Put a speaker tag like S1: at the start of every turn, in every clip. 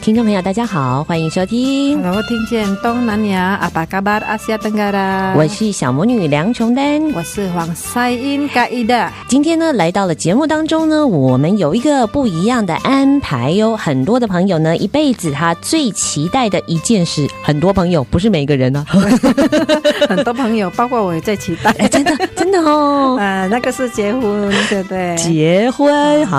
S1: 听众朋友，大家好，欢迎收听，
S2: Hello，听见东南亚 apa kabar Asia Tenggara？
S1: 我是小魔女梁琼丹。
S2: 我是黄赛英盖伊的。
S1: 今天呢，来到了节目当中呢，我们有一个不一样的安排哟。很多的朋友呢，一辈子他最期待的一件事，很多朋友不是每个人哦呢、
S2: 很多朋友，包括我也在期待。
S1: 哎，真的真的 哦。
S2: 啊，那个是结婚，对不对？
S1: 结婚好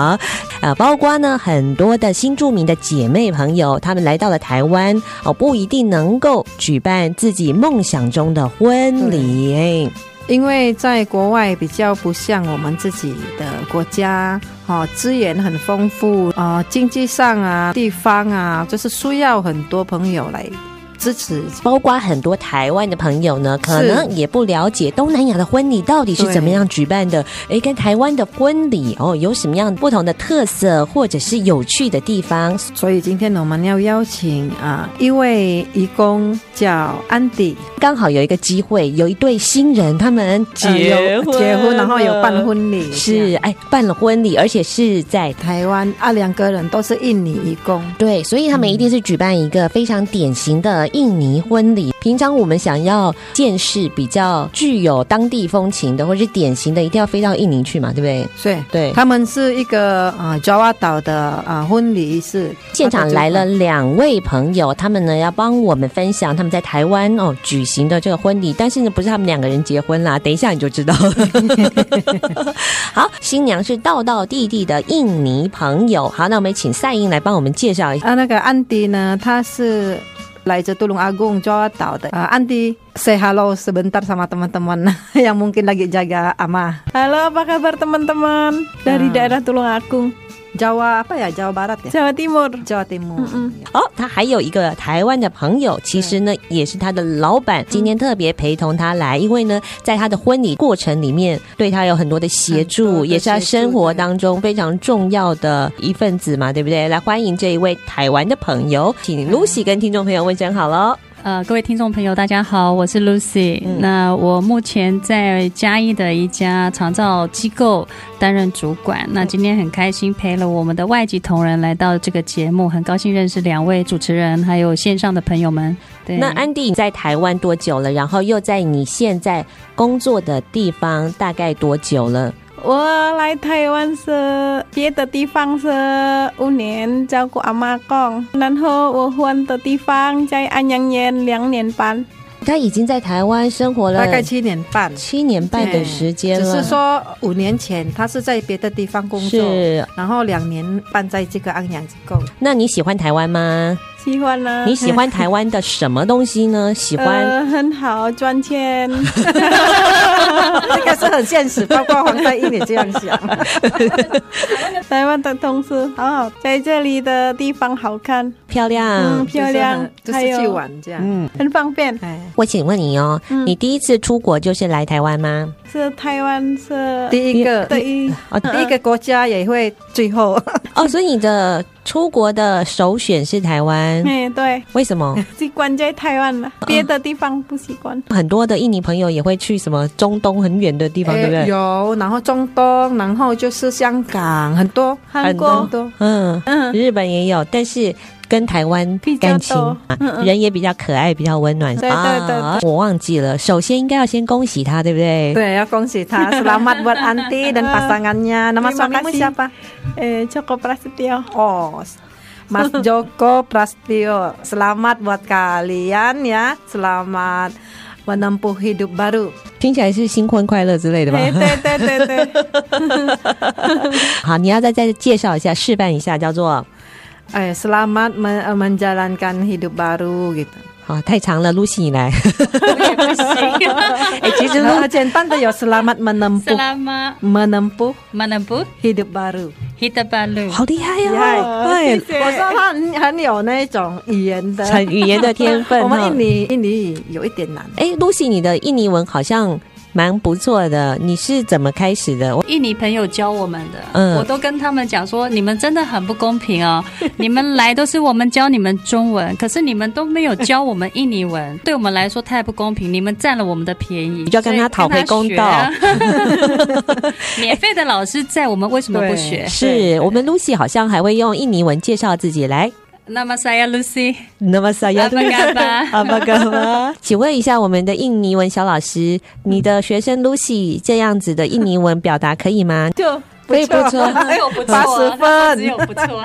S1: 啊，包括呢很多的新著名的姐妹朋友，她们来到了台湾哦，不一定能够举办自己梦想中的婚礼。
S2: 因为在国外比较不像我们自己的国家，哦，资源很丰富，啊，经济上啊，地方啊，就是需要很多朋友来支持。
S1: 包括很多台湾的朋友呢，可
S2: 是
S1: 能也不了解东南亚的婚礼到底是怎么样举办的，诶，跟台湾的婚礼哦有什么样不同的特色，或者是有趣的地方？
S2: 所以今天我们要邀请啊一位义工叫安迪，
S1: 刚好有一个机会，有一对新人他们
S2: 呃有结婚，
S1: 了
S2: 然后有办婚礼，这
S1: 是
S2: 样
S1: 哎办了婚礼，而且是在
S2: 台湾啊两个人都是印尼义工，
S1: 对，所以他们一定是举办一个非常典型的印尼婚礼。平常我们想要见识比较具有当地风情的，或是典型的，一定要飞到印尼去嘛，对不对？
S2: 所以
S1: 对，
S2: 他们是一个啊 Java 岛的啊婚礼仪式，
S1: 现场来了两位朋友，他们呢要帮我们分享他们在台湾哦举行的这个婚礼，但是呢不是他们两个人结婚啦，等 一下你就知道了。好，新娘是道道地地的印尼朋友。好，那我们请赛英来帮我们介绍一下。
S2: 啊，那个安迪呢，他是来自 Tulung Agung, Jawa Tau. Ah, Andi, say hello sebentar sama teman-teman yang mungkin lagi jaga ama.
S3: Halo, apa kabar teman-teman dari
S2: Hmm.
S3: daerah Tulungagung,
S2: Jawa apa ya? Jawa Barat ya?
S3: Jawa Timur?
S2: Jawa Timur.
S1: 哦，他还有一个台湾的朋友，其实呢也是他的老板，今天特别陪同他来，因为呢在他的婚礼过程里面，对他有很多的协
S2: 很多
S1: 助，
S2: 的
S1: 也是他生活当中非常重要的一份子嘛，对不对？来欢迎这一位台湾的朋友，请 Lucy 跟听众朋友问声好喽。
S4: 呃，各位听众朋友，大家好，我是 Lucy、
S1: 嗯
S4: 那我目前在嘉义的一家长照机构担任主
S5: 嗯
S4: 管。那今天很开心陪了我们的外籍同仁来到这个节目，很高兴认识两位主持人，还有线上的朋友们。对，
S1: 那安迪你在台湾多久了？然后又在你现在工作的地方大概多久了？
S3: 我来台湾是别的地方是五年照顾阿妈公，然后我换的地方在安阳县两年半。
S1: 他已经在台湾生活了
S2: 大概七年半，
S1: 七年半的时间
S2: 只
S1: 了，
S2: 是说五年前他是在别的地方工作，
S1: 是
S2: 然后两年半在这个安阳机构。
S1: 那你喜欢台湾吗？
S3: 喜欢呢？
S1: 你喜欢台湾的什么东西 呢？喜欢
S3: 呃，很好 赚钱，
S2: 这个是很现实，包括黄在英也这样想。
S3: 台湾的同事好好，在这里的地方好看，
S1: 漂
S3: 嗯，
S1: 亮。
S3: 漂亮，
S2: 就是
S3: 还
S2: 很就是去
S3: 有
S2: 玩这样。
S1: 嗯，
S3: 很方便。
S2: 哎，
S1: 我请问你哦，
S3: 嗯
S1: 你第一次出国就是来台湾吗？
S3: 是台湾是
S2: 第一个
S3: 第一
S1: 哦，
S2: 第一个国家也会最后。
S3: 嗯
S1: 哦，所以你的出国的首选是台湾，
S3: 哎，对，
S1: 为什 么？
S3: 习惯在台湾了，别的地方不习惯。
S1: 很多的印尼朋友也会去什么中东很远的地方，对不
S3: 哎
S2: 诶
S1: 对？
S2: 有，然后中东，然后就是香港，很多
S3: 韩
S2: 很
S3: 国
S2: 多。
S1: 嗯，
S3: 嗯，
S1: 日本也有，但是跟台湾
S3: 比较
S1: 感情
S3: 多，嗯嗯，
S1: 人也比较可爱，比较温暖。
S3: 对对对
S1: 啊，我忘记了，首先应该要先恭喜他，对不对？
S2: 对，要 恭喜他，selamat buat Anti dan pasangannya. Nama
S3: Terima
S2: suamimu
S3: kasih.
S2: siapa?
S3: eh cukup prasetyo
S2: Oh, Mas Joko Prastio. Selamat buat kalian ya. Selamat menempuh hidup baru。
S1: 听起来是新婚快乐之类的吧？
S3: 哎，对对对对，
S1: 好，你要再再介绍一下，示范一下，叫做
S2: Eh, selamat men- eh, menjalankan hidup baru gitu.
S1: 啊，太长了，Lucy 你来。 哎，其实
S2: Nah,
S1: Lu
S2: Centang tuh ya selamat menempuh
S4: Selama
S2: menempuh
S4: menempuh
S2: hidup baru。
S4: hidup baru，
S1: 好厉害啊呀、
S3: 谢
S2: 我
S3: 谢。
S2: 说他很很有那种语言的，
S1: 哎很语言的天 分
S2: 我
S1: 哈
S2: 们印尼印尼语有一点难。
S1: 哎，Lucy，你的印尼文好像蛮不错的，你是怎么开始的？我
S4: 印尼朋友教我们的，
S1: 嗯
S4: 我都跟他们讲说，你们真的很不公平哦， 你们来都是我们教你们中文，可是你们都没有教我们印尼文，对我们来说太不公平，你们占了我们的便宜，
S1: 就要跟他讨回公道
S4: 所以跟他学啊 免费的老师在，我们为什么不学？
S1: 是我们 Lucy 好像还会用印尼文介绍自己来。
S4: 那么 saya Lucy，
S1: 那么啥
S4: 阿
S1: 呀？
S4: 巴嘎巴，
S1: 阿巴干嘛？请问一下，我们的印尼文小老师，你的学生 Lucy 这样子的印尼文表达可以吗？
S3: 就
S1: 可以不错。
S4: 只有不错，
S2: 八十
S1: 嗯
S2: 分
S4: 只有不错，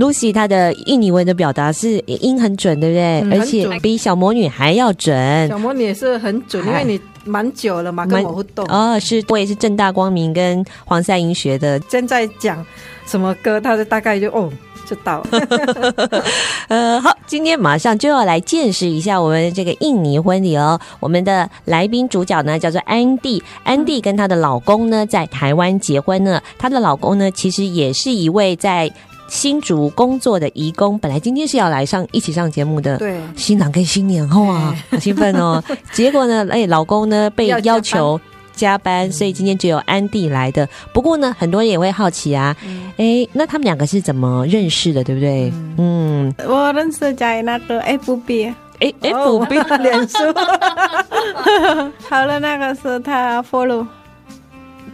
S1: Lucy 她的印尼文的表达是音很准，对不对？
S2: 嗯
S1: 而且
S2: 很准哦
S1: 比小魔女还要准。
S2: 小莫你也是很准，因
S1: 哎
S2: 为你蛮久了嘛，跟
S1: 蛮
S2: 我互动。
S1: 哦，是我也是正大光明跟黄赛英学的。
S2: 现在讲什么歌，他就大概就哦知道。
S1: 呃，好，今天马上就要来见识一下我们这个印尼婚礼哦。我们的来宾主角呢叫做安迪，安
S2: 嗯
S1: 迪跟她的老公呢在台湾结婚呢，她的老公呢其实也是一位在新竹工作的移工，本来今天是要来上一起上节目的。
S2: 对，
S1: 新郎跟新娘哇，好兴奋 哦！结果呢，哎，老公呢被
S2: 哎
S1: 要
S2: 要加班嗯
S1: 求加班，所以今天只有安迪来的。不过呢，很多人也会好奇啊，
S2: 嗯
S1: 哎，那他们两个是怎么认识的，对不对？嗯，
S3: 我认识在那个 FB，
S1: 哎哎，
S2: 哦
S1: 不必，
S2: 脸 书，
S3: 好了，那个是他 follow，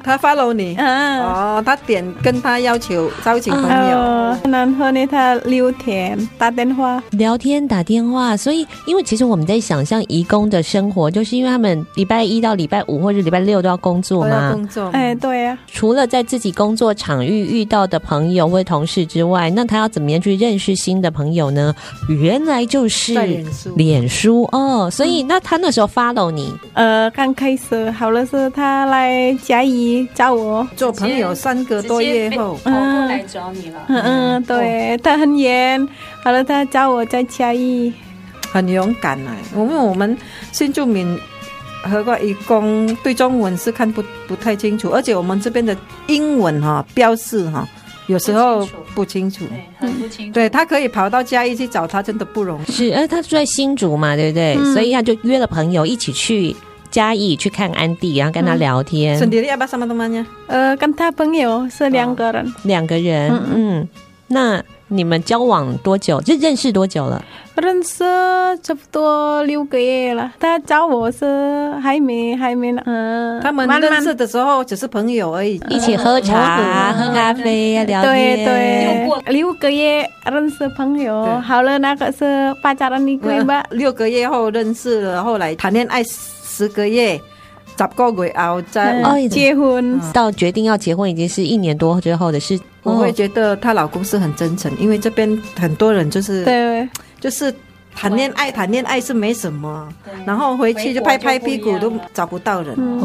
S2: 他 follow 你。
S3: 嗯，
S2: 哦，他点跟他要求邀请朋友，
S3: 呃，然后呢，他留言打电话，
S1: 聊天打电话，所以因为其实我们在想象移工的生活，就是因为他们礼拜一到礼拜五或者礼拜六都要工作
S2: 我
S1: 嘛
S2: 要，工作。
S3: 哎，对呀、
S1: 除了在自己工作场域遇到的朋友或同事之外，那他要怎么样去认识新的朋友呢？原来就是
S2: 在脸书
S1: 脸书哦，所以那他那时候 follow 你，
S3: 呃，刚开始好了是他来嘉义找我，
S2: 做朋友三个多月后，
S1: 嗯
S4: 跑过来找你了。
S3: 嗯嗯，对，他很严，好了他找我在嘉义，
S2: 很勇敢哎、我们我们新住民和个义工对中文是看不不太清楚，而且我们这边的英文哈、标示哈、有时候不清楚。
S4: 对，很不清楚。
S2: 对他可以跑到嘉义去找他，真的不容易。
S1: 是，呃，他住在新竹嘛，对不对？所以他就约了朋友一起去嘉义去看安迪，然后跟他聊天，
S2: sendiri apa sama temannya？
S3: 呃，跟他朋友是两个人，
S1: 两个人，嗯那你们交往多久？就认识多久了？
S3: 认识差不多六个月了，他找我是还没还没呢，嗯、
S2: 他们
S3: 慢慢
S2: 认识的时候只是朋友而已，
S1: 一起喝茶、喝咖啡、啊聊天，
S3: 对对，六个月认识朋
S2: 对
S3: 友，好了，那个是巴扎兰尼
S2: Vâng.
S3: 龟吧，
S2: 六个月后认识了，后来谈恋爱十个月，十个月后再
S3: 嗯
S1: 哦已经
S3: 结婚，
S1: 到决定要结婚已经是一年多之后的事。
S2: 我会觉得她老公是很真诚，因为这边很多人就是
S3: 对，
S2: 就是谈恋爱，谈恋爱是没什么，然后回去就
S4: 回国
S2: 拍拍
S4: 就不一
S2: 屁股
S4: 样
S2: 都
S4: 了
S2: 找不到人。
S3: 嗯。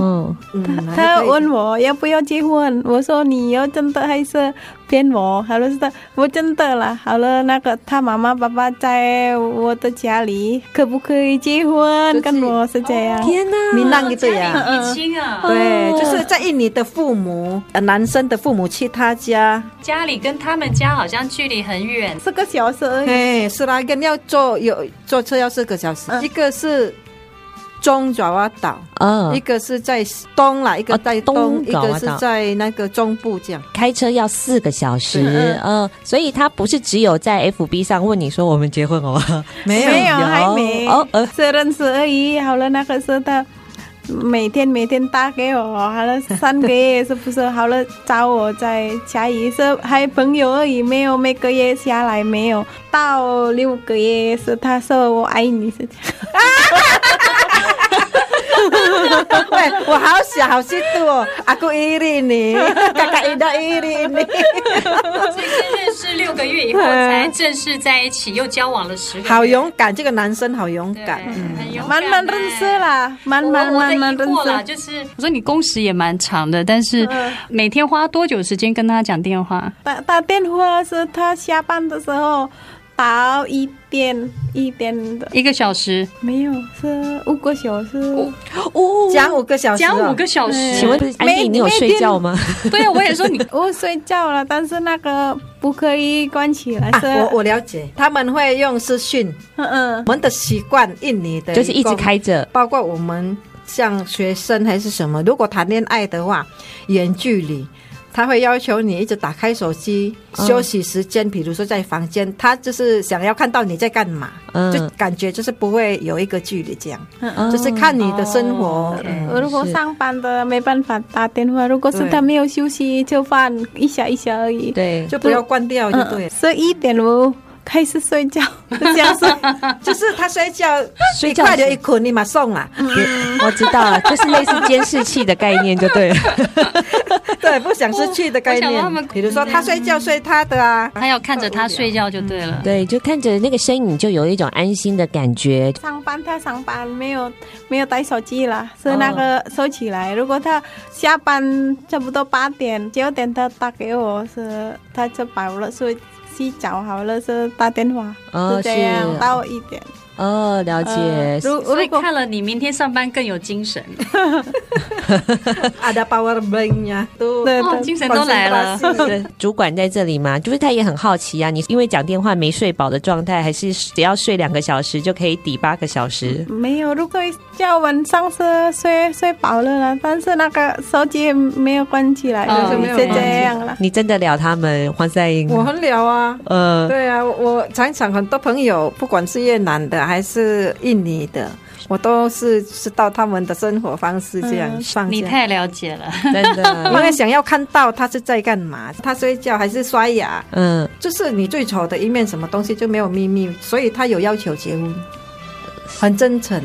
S1: 嗯，
S2: 嗯，
S3: 他
S2: 还是可以
S3: 问我要不要结婚，我说你要真的还是骗我？好了，是的，我真的了。好了，那个他妈妈爸爸在我的家里，可不可以结婚？
S2: 就是
S3: 跟我是这样。
S1: 天哪！
S2: 闽南对呀，
S4: 很亲啊，
S2: 对，就是在印尼的父母，呃，男生的父母去他家，
S4: 家里跟他们家好像距离很远，
S3: 四个小时而已，
S2: 哎，是啦，跟要坐有坐车要四个小时，一个是中爪哇岛，
S1: 嗯
S2: 一，个是在东啦，一个
S1: 哦
S2: 在
S1: 东
S2: 东，一
S1: 爪哇
S2: 个是
S1: 岛
S2: 在那个中部这样。
S1: 开车要四个小时，嗯，所以他不是只有在 FB 上问你说我们结婚哦了吗？
S2: 没
S3: 有没有还没
S1: 哦，呃，
S3: 是认识而已。好了，那个是他每天每天打给我，好了三个月是不是？好了，找我在家里是还朋友而已，没有每个月下来没有到六个月是他说我爱你是这样。
S2: 喂，我好想好situ Aku iri nih. Kakak Ida iri nih.
S4: 所以先认识六个月以后才正式在一起，又交往了十个
S2: 好
S4: 月，
S2: 勇敢，这个男生好勇
S4: 对
S2: 敢。嗯
S4: 很勇
S3: 慢慢
S4: 敢欸
S3: 认识啦，慢
S4: 我
S3: 慢
S4: 我
S3: 慢慢
S4: 的疑
S3: 认
S4: 惑啦，
S3: 识。
S4: 就是我说你工时也蛮长的，但是每天花多久时间跟他讲电话？
S3: 打打电话是他下班的时候打到一点一点的，
S4: 一个小时，
S3: 没有是五个小时。
S2: 讲五个小时、哦，
S4: 讲五个小时。
S1: 请问安妮，你有睡觉吗？
S4: 对啊，我也说你
S3: 我睡觉了，但是那个不可以关起来，
S2: 啊
S3: 是，
S2: 我我了解，他们会用视讯，
S3: 嗯嗯
S2: 我们的习惯，印尼的
S1: 就是一直，开着，
S2: 包括我们像学生还是什么，如果谈恋爱的话，远距离。他会要求你一直打开手机，
S1: 嗯
S2: 休息时间，比如说在房间，他就是想要看到你在干嘛，
S1: 嗯
S2: 就感觉就是不会有一个距离这样，
S3: 嗯嗯。
S2: 就是看你的生活
S1: 哦，
S2: 嗯
S3: 呃我如果
S1: 是
S3: 上班的没办法打电话，如果是
S2: 对
S3: 他没有休息，就放一下一下而已。
S1: 对，
S2: 就不要关掉
S3: Ờ,
S4: 嗯
S2: 就对了。
S3: 十一点我开始睡觉，这样睡。
S2: 就是他 睡觉，
S1: 睡
S2: 一
S1: 觉
S2: 块
S1: 时
S2: 就一捆，你马送啊啦。
S3: 嗯
S1: 我知道 了，就是类似监视器的概念就对了。
S2: 对，不想失去的概
S4: 哦我想到他
S2: 念
S4: 们。嗯
S2: 比如说他睡觉睡他的啊，
S4: 他要看着他睡觉就对了。
S1: 嗯对，就看着那个身影，就有一种安心的感觉。
S3: 上班他上班没有没有带手机了，是那个收起来。如果他下班差不多八点九点他打给我是，他就饱了，所以洗澡好了是打电话，
S1: 哦
S3: 是这样
S1: 是
S3: 到一点。
S1: 哦，了
S3: Ờ,
S1: 解
S3: 呃。如
S4: 所以
S3: 如果
S4: 看了你明天上班更有精神，
S2: ada power banknya tuh
S3: 对
S4: 哦，
S3: 对
S4: 精神都来了。
S1: 是主管在这里吗？就是他也很好奇啊，你因为讲电话没睡饱的状态，还是只要睡两个小时就可以抵八个小时？
S3: 没有，如果叫晚上是睡睡饱了啦，但是那个手机没有关起来，
S4: 哦
S3: 就是
S2: 啊没有
S3: 就
S2: 关
S3: 这
S2: 起来
S3: 样了。
S1: 你真的了他们黄赛英？
S2: 我很聊啊。
S4: 嗯
S1: 呃，
S2: 对啊，我我常常很多朋友，不管是越南的还是印尼的，我都是知道他们的生活方式这样放
S4: 嗯你
S2: 下。
S4: 太了解了，
S1: 真
S2: 因
S1: 的，
S2: 为想要看到他是在干嘛，他睡觉还是刷牙，
S1: 嗯，
S2: 就是你最丑的一面，什么东西就没有秘密，所以他有要求结婚，很真诚。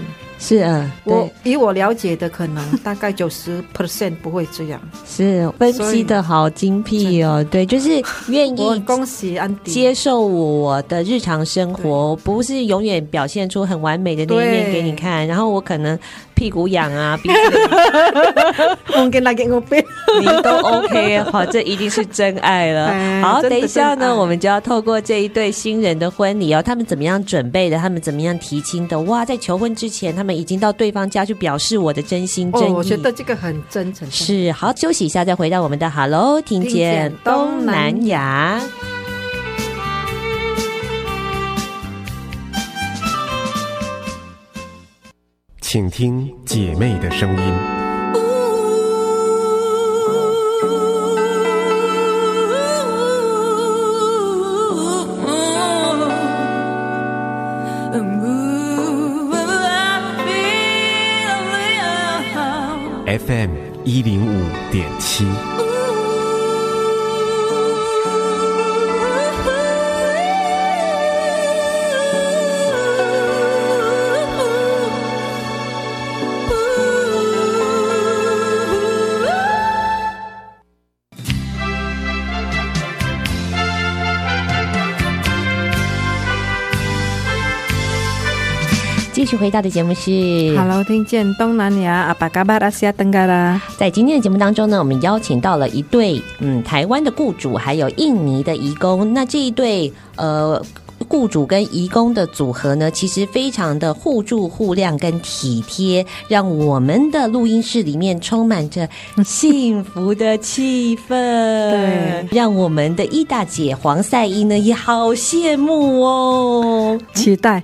S1: 是啊，
S2: 我
S1: 对，
S2: 以我了解的，可能 大概九十 percent 不会这样。
S1: 是分析的好精辟哦。对，就是愿
S2: 我
S1: 意
S2: 恭喜安迪，
S1: 接受我的日常生活，不是永远表现出很完美的那一面
S2: 对
S1: 给你看。然后我可能屁股痒啊，鼻子痒
S2: mungkin lagi ngupil
S1: 你都 OK，好，这一定是真爱了。
S2: 哎
S1: 好，
S2: 真的
S1: 等一下
S2: 真
S1: 呢，
S2: 爱
S1: 我们就要透过这一对新人的婚礼哦，他们怎么样准备的，他们怎么样提亲的，哇，在求婚之前，他们已经到对方家去表示我的真心真意。
S2: 哦，我觉得这个很真诚。
S1: 是好，休息一下再回到我们的 Hello，听
S2: 听见
S1: 见东
S2: 东
S1: 南
S2: 南
S1: 亚。
S6: 请听姐妹的声音。FM 一零五点七，
S1: 继续回到的节目是
S2: Hello，听见东南亚，Apa kabar Asia Tenggara？
S1: 在今天的节目当中呢，我们邀请到了一对嗯台湾的雇主，还有印尼的移工。那这一对呃。雇主跟移工的组合呢，其实非常的互助互谅跟体贴，让我们的录音室里面充满着幸福的气氛。
S2: 对，
S1: 让我们的易大姐黄赛英呢也好羡慕哦。
S2: 期待，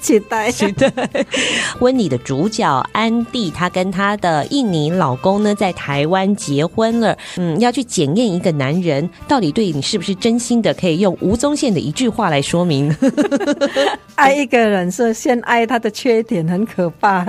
S2: 期待，期待。
S1: 婚礼的主角安迪，她跟她的印尼老公呢，在台湾结婚了。嗯，要去检验一个男人到底对你是不是真心的，可以用吴宗宪的一句话来说明。
S2: 爱一个人是先爱他的缺点，很可怕。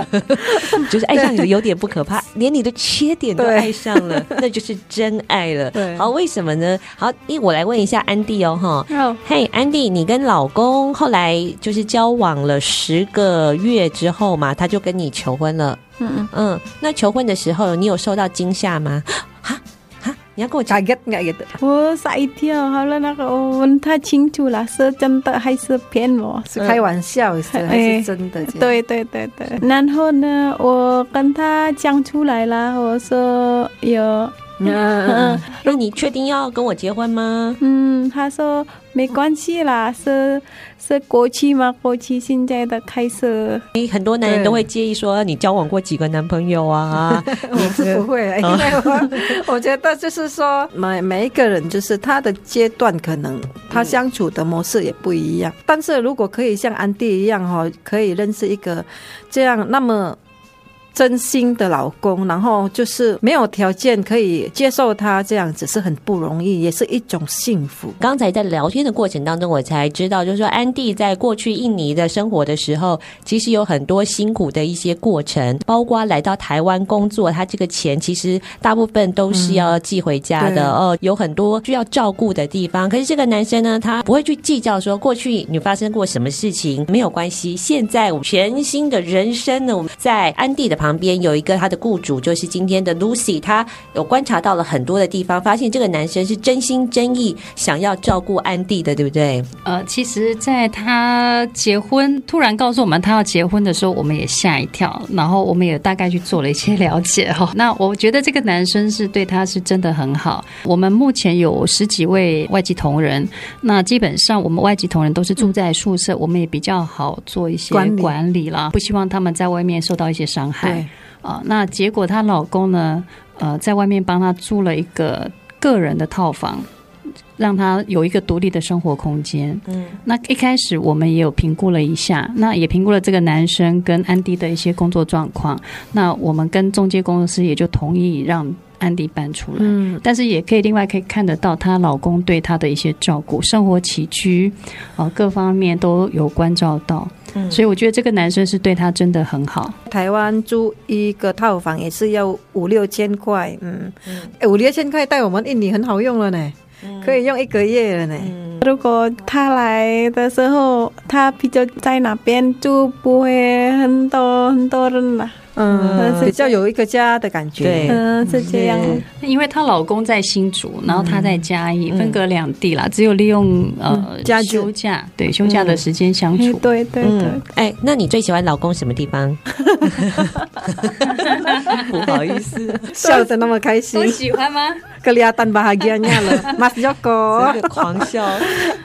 S1: 就是爱上你的优点不可 怕，连你的缺点都
S2: 对
S1: 爱上了，那就是真爱了。
S2: 对
S1: 好，为什么呢？好，诶，我来问一下安迪哦，哈。
S3: 哦，
S1: 嘿，安迪，你跟老公后来就是交往了十个月之后嘛，他就跟你求婚了。
S3: 嗯
S1: 嗯，那求婚的时候你有受到惊吓吗？ 哈哈，你要跟我讲，
S2: kaget nggak gitu
S3: 我吓一跳，好了，那个我问他清楚了，是真的还是骗我？
S2: 是开玩笑是还是真的？这样，
S3: 对对对对。然后呢，我跟他讲出来了，我说有，
S2: 嗯，
S3: 啊
S1: 那哎你确定要跟我结婚吗？
S3: 嗯，他说没关系啦，是是过去嘛，过去现在的开始，
S1: 你哎很多男人
S2: 对
S1: 都会介意说你交往过几个男朋友 啊？
S2: 我是不会，啊因为我 我觉得就是说，每每一个人就是他的阶段，可能他相处的模式也不一样。但是如果可以像安迪一样哈、哦，可以认识一个这样那么。真心的老公，然后就是没有条件可以接受他这样子，是很不容易，也是一种幸福。
S1: 刚才在聊天的过程当中，我才知道，就是说安迪在过去印尼的生活的时候，其实有很多辛苦的一些过程，包括来到台湾工作，他这个钱其实大部分都是
S3: 嗯
S1: 要寄回家的、
S2: 对
S1: 哦，有很多需要照顾的地方。可是这个男生呢，他不会去计较说过去你发生过什么事情，没有关系。现在我全新的人生呢，我们在安迪的旁边有一个他的雇主，就是今天的 Lucy，他有观察到了很多的地方，发现这个男生是真心真意想要照顾安迪的，对不对？
S4: 呃，其实，在他结婚突然告诉我们他要结婚的时候，我们也吓一跳，然后我们也大概去做了一些了解哦。那我觉得这个男生是对他是真的很好。我们目前有十几位外籍同仁，那基本上我们外籍同仁都是住在宿舍，我们也比较好做一些
S2: 管理
S4: 管理啦，不希望他们在外面受到一些伤害。
S2: 对，
S4: 啊、那结果她老公呢，呃，在外面帮她租了一个个人的套房，让她有一个独立的生活空间。
S1: 嗯，
S4: 那一开始我们也有评估了一下，那也评估了这个男生跟安迪的一些工作状况，那我们跟中介公司也就同意让安迪搬出来。
S2: 嗯，
S4: 但是也可以另外可以看得到她老公对她的一些照顾，生活起居，呃，各方面都有关照到，
S1: 嗯
S4: 所以我觉得这个男生是对她真的很好。
S2: 台湾租一个套房也是要五六千块，嗯，嗯诶五六千块在我们印尼很好用了呢，可以用一个月了呢。
S3: 如果他来的时候，他比较在哪边就不会很多很多人了，
S2: 嗯，
S3: 是
S2: 比较有一个家的感觉。
S1: 对
S3: 嗯，是这样。
S4: 因为她老公在新竹，然后她在嘉义，
S1: 嗯
S4: 分隔两地啦，只有利用呃、
S2: 嗯家具
S4: 休假，对休假的时间相
S3: 哎
S4: 处。
S3: 对对对。
S1: 嗯，哎，那你最喜欢老公什么地方？ 不好意思，
S2: 笑得那么开心
S4: 都，喜欢吗？
S2: kelihatan bahagianya loh, Mas Joko.
S1: 狂笑。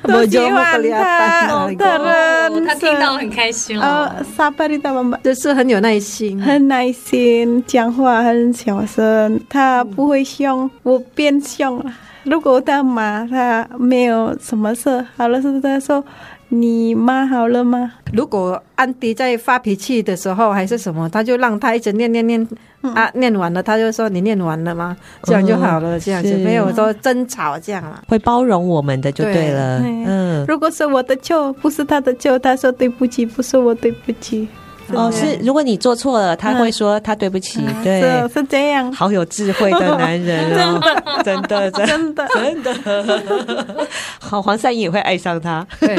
S3: 都
S2: Bojomu
S3: 喜欢
S2: kelihatan
S3: 他
S2: bahagia
S3: 的人，
S4: 他听到很开心哦了。
S2: 嗯
S3: 呃，沙巴里的妈妈
S2: 就是很有耐心，
S3: 很耐心，讲话很小声，他不会凶，我变凶了。如果他骂他没有什么事，好了，是不是他说你骂好了吗？
S2: 如果安迪在发脾气的时候还是什么，他就让他一直念念念啊，念完了他就说你念完了吗？这样就好了，这嗯样就是没有说争吵这样了。
S1: 会包容我们的就对了，
S3: 对
S1: 嗯，
S3: 如果是我的错，不是他的错，他说对不起，不是我对不起，
S1: 哦，是如果你做错了，他会说他对不起，对
S3: 是，是这样，
S1: 好有智慧的男人哦，真的，真的，
S3: 真的。
S1: 真 的，好，黄善英也会爱上他，
S2: 对，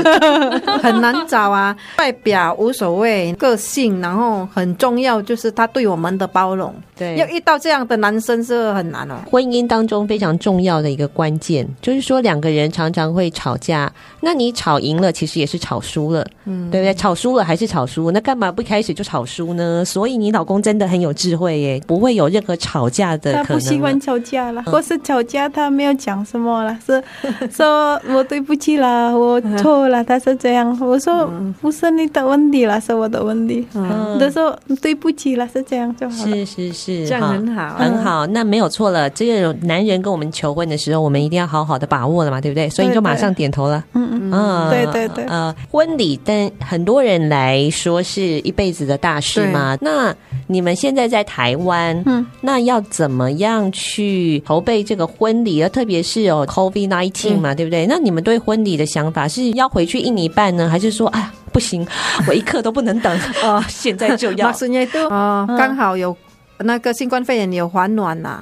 S2: 很难找啊，外表无所谓，个性，然后很重要就是他对我们的包容。
S1: 对
S2: 要遇到这样的男生是很难哦。
S1: 婚姻当中非常重要的一个关键，就是说两个人常常会吵架。那你吵赢了，其实也是吵输了，嗯，对不对？吵输了还是吵输，那干嘛不一开始就吵输呢？所以你老公真的很有智慧耶，不会有任何吵架的
S3: 他
S1: 可能了。
S3: 不喜欢吵架了，或是吵架他没有讲什么了， 是说我对不起啦，我错了，他是这样。我说不是你的问题啦，是我的问题。
S1: 嗯
S3: 他说对不起啦，是这样就好了。
S1: 是是是，
S2: 这样
S1: 哈
S2: 很好
S1: 很好。
S3: 嗯
S1: 那没有错了，这个男人跟我们求婚的时候，我们一定要好好的把握了嘛，对不对？所以你就马上点头了。
S3: 嗯嗯，
S1: 嗯，
S3: 对对对
S1: 呃，婚礼，但很多人来说是一辈子的大事嘛。那你们现在在台湾，
S3: 嗯，
S1: 那要怎么样去筹备这个婚礼？而特别是有 COVID nineteen
S3: 嗯
S1: 嘛，对不对？那你们对婚礼的想法是要回去印尼办呢，还是说，哎呀，不行，我一刻都不能等
S3: 哦
S1: 啊， 现在就要
S2: 哦 maksudnya itu oh, Kang Hao 有那个新冠肺炎有缓暖呐、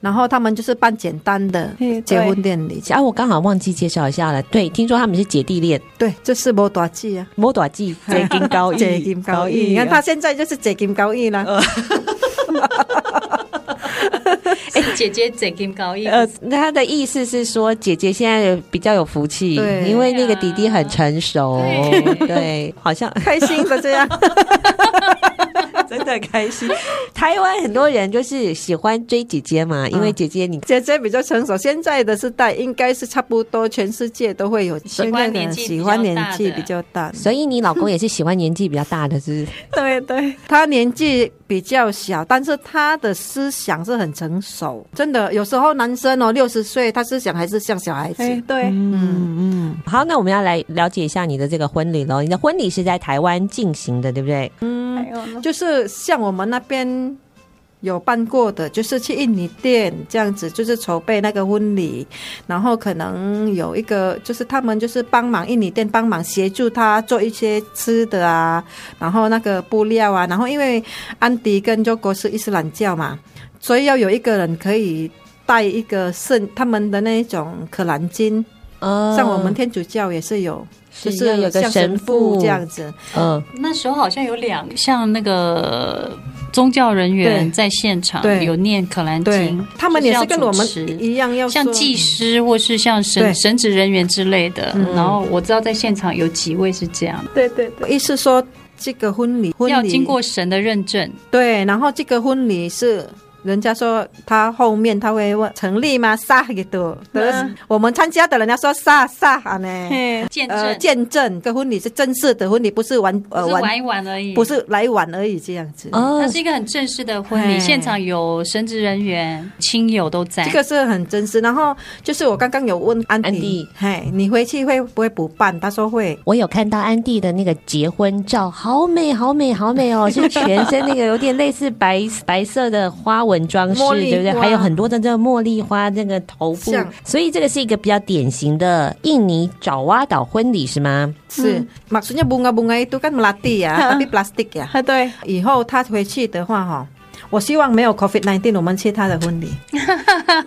S2: 然后他们就是办简单的
S3: 嘿对
S2: 结婚典礼，
S1: 啊，我刚好忘记介绍一下了。对，听说他们是姐弟恋，
S2: 对，这是无大忌啊。
S1: 摸短记，姐金高 啊义，
S2: 借金高义，你看他现在就是借金高义啦。
S4: 哎，姐姐姐给高一，
S1: 呃，那他的意思是说，姐姐现在比较有福气，
S2: 对
S1: 因为那个弟弟很成熟，
S4: 对
S1: 对，好像
S2: 开心的这样，
S1: 真的开心。台湾很多人就是喜欢追姐姐
S2: 嗯
S1: 嘛，因为姐姐你
S2: 姐姐比较成熟。现在的时代应该是差不多，全世界都会有
S4: 喜欢年纪
S2: 喜欢
S4: 比较
S2: 年
S4: 大
S2: 纪
S4: 的
S2: 比较大的，
S1: 所以你老公也是喜欢年纪比较大的，是不是？
S3: 对对，
S2: 他年纪比较小，但是他的思想是很成熟。真的，有时候男生哦，六十岁他思想还是像小孩子。
S3: 哎对，
S2: 嗯嗯，
S1: 好，那我们要来了解一下你的这个婚礼喽。你的婚礼是在台湾进行的，对不对？
S3: 还有呢，
S2: 就是像我们那边。有办过的，就是去印尼店这样子，就是筹备那个婚礼，然后可能有一个，就是他们就是帮忙印尼店帮忙协助他做一些吃的啊，然后那个布料啊，然后因为安迪跟中国是伊斯兰教嘛，所以要有一个人可以带一个圣他们的那一种可兰经，
S1: 呃
S2: 像我们天主教也是有，就是
S1: 要有
S2: 是
S1: 个
S2: 像
S1: 神
S2: 神
S1: 父
S2: 父这样子，
S1: 嗯，
S4: 那时候好像有两像那个宗教人员
S2: 对
S4: 在现场
S2: 对
S4: 有念可兰
S2: 对
S4: 经，，
S2: 他们也是跟我
S4: 就
S2: 们
S4: 是要主持
S2: 一样要
S4: 像
S2: 说
S4: 技师或是像神
S2: 对嗯
S4: 神职人员之类的，然后我知道在现场有几位是这样，
S3: 对对对，
S2: 意思说这个婚礼，婚礼
S4: 要经过神的认证，
S2: 对，然后这个婚礼是。人家说他后面他会问成立吗？啥给多？
S3: 嗯
S2: 我们参加的人家说啥啥啊呢？
S3: 嘿，
S4: 见证，
S2: 呃，见证这个婚礼是正式的婚礼，不是玩
S4: 不
S2: 呃
S4: 是玩
S2: 玩，
S4: 一玩而已，
S2: 不是来玩而已这样子。
S1: 哦
S4: 它，是一个很正式的婚礼，
S2: 嘿
S4: 现场有神职人员、亲友都在。
S2: 这个是很真实。然后就是我刚刚有问安迪，
S1: 安迪
S2: 嘿，你回去会不会补办？他说会。
S1: 我有看到安迪的那个结婚照，好美，好美，好美 哦！是全身那个有点类似白白色的花纹装饰，
S2: 茉莉
S1: 对不对？
S2: 花
S1: 还有很多的这个茉莉花，那个头部
S2: 像，
S1: 所以这个是一个比较典型的印尼爪哇岛婚礼，是吗？
S2: 是、maksudnya
S4: 嗯
S2: bunga-bunga itu kan melati ya, tapi plastik ya.
S3: 啊对，
S2: 以后他回去的话哈。我希望没有 COVID 19，我们去他的婚礼。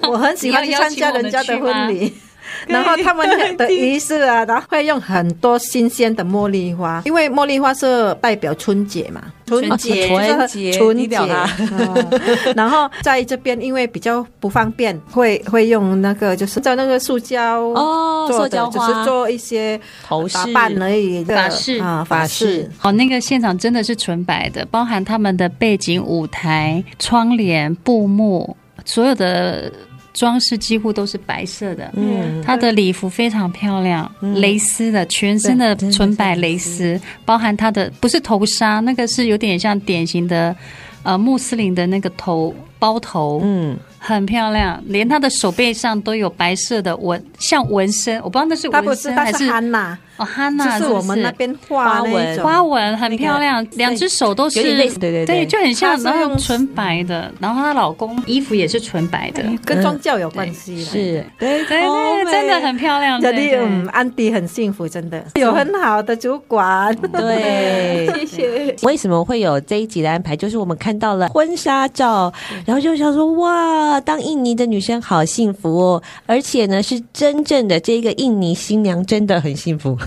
S2: 我很喜欢去参加人家的婚礼， 然后他们的仪式啊，然后会用很多新鲜的茉莉花，因为茉莉花是代表春节嘛，春节
S1: 春
S2: 就是
S1: 节你
S2: 春节
S1: 了啦。
S2: 嗯然后在这边因为比较不方便，会会用那个就是在那个塑胶
S1: 哦，
S2: 做
S1: 塑
S2: 的
S1: 胶，
S2: 只
S1: 花
S2: 是做一些
S1: 头
S2: 打
S1: 饰。
S2: 扮而已的
S4: 法式
S2: 啊，法式。
S4: 哦，那个现场真的是纯白的，包含他们的背景、舞台、窗帘、布幕，所有的装饰几乎都是白色的。
S1: 嗯，
S4: 她的礼服非常漂亮，
S2: 嗯
S4: 蕾丝的，全身的
S1: 对
S4: 纯白蕾丝，包含她的不是头纱，那个是有点像典型的，呃，穆斯林的那个头包头，
S1: 嗯，
S4: 很漂亮，连她的手背上都有白色的纹，像纹身，我不知道那是
S2: 他不
S4: 纹
S2: 是，
S4: 身
S2: 他
S4: 还
S2: 是
S4: 是
S2: 憨呐，
S4: 哦哈
S2: 就
S4: 娜，
S2: 是我们那边画那一种
S4: 花纹很漂亮，两只手都
S1: 有
S4: 是
S1: 点类似，对对
S4: 对，就很像，
S2: 它是
S4: 然后
S2: 用
S4: 纯白的，然后她老公衣服也是纯白 的，
S2: 跟宗教有关系啦。
S1: 是
S4: 对
S2: 对
S4: 对，真的很漂亮，
S2: 真
S4: 对
S2: 的，嗯，
S4: 对。
S2: 安迪很幸福，真的有很好的主管。
S1: 对，
S3: 谢谢，
S1: 为什么会有这一集的安排？就是我们看到了婚纱照，然后就想说，哇，当印尼的女生好幸福哦！而且呢，是真正的这个印尼新娘真的很幸福，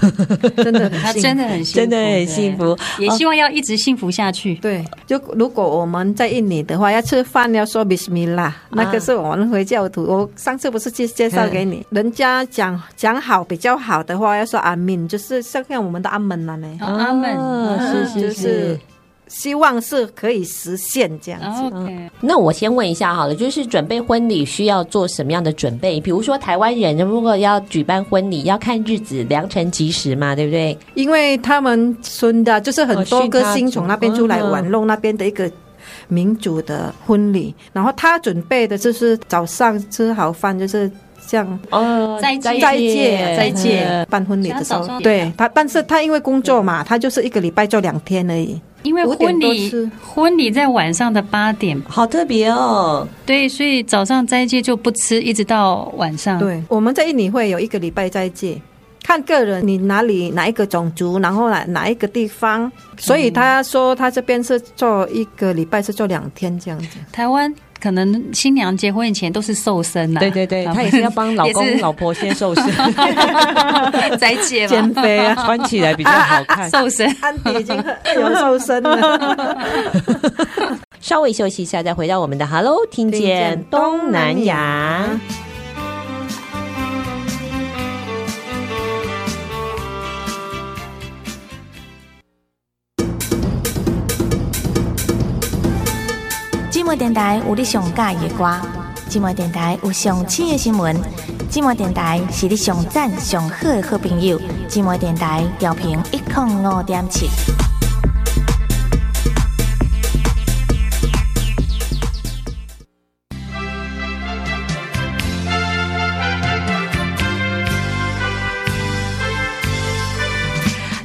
S2: 真的
S4: 她
S2: 很幸
S4: 真
S2: 福。
S4: 的很幸福，
S1: 真的很幸福。哦
S4: 对，也希望要一直幸福下去。
S2: 对，就如果我们在印尼的话，要吃饭要说 Bismillah，那个是我们回教徒。我上次不是介介绍给你，人家讲讲好比较好的话，要说阿敏，就是像像我们的阿门了呢。
S4: 好阿门。啊
S1: 哦是
S2: 嗯就是
S1: 是
S2: 是。希望是可以实现这样
S1: 啊
S2: 子。
S4: OK，
S1: 那我先问一下好了，就是准备婚礼需要做什么样的准备？比如说台湾人如果要举办婚礼，要看日子良辰吉时嘛，对不对？
S2: 因为他们孙的，就是很多歌星从那边出来玩弄那边的一个民主的婚礼，然后他准备的就是早上吃好饭，就是像
S1: 哦
S4: 再见
S2: 斋
S1: 啊
S2: 戒
S4: 斋戒
S2: 嗯办婚礼的时
S4: 像早上
S2: 候，
S4: 一样
S2: 对他，但是他因为工作嘛，他就是一个礼拜就两天而已，
S4: 因为
S2: 五点
S4: 婚
S2: 多
S4: 礼
S2: 吃
S4: 婚礼在晚上的八点，
S1: 好特别哦。
S4: 对，所以早上斋戒就不吃，一直到晚上。，
S2: 对，我们在印尼会有一个礼拜斋戒，看个人你哪里哪一个种族，然后哪哪一个地
S4: 嗯
S2: 方，所以他说他这边是做一个礼拜是做两天这样子。
S4: 台湾可能新娘结婚以前都是瘦身呐、
S1: 对对对，他也是要帮老
S4: 啊 也
S1: 公
S4: 是
S1: 老婆先瘦身，
S4: 再姐嘛，
S2: 减肥啊，
S1: 穿起来比较好 看。
S4: 瘦身。
S2: 安迪已经 很有瘦身了。
S1: 稍微休息一下，再回到我们的 Hello，听
S2: 听
S1: 见
S2: 见
S1: 东
S2: 东
S1: 南
S2: 南
S1: 亚。
S7: 寂寞电台有你上喜欢的歌，寂寞电台有上新的新闻，寂寞电台是你上赞上好的好朋友。寂寞电台调频一点五点七。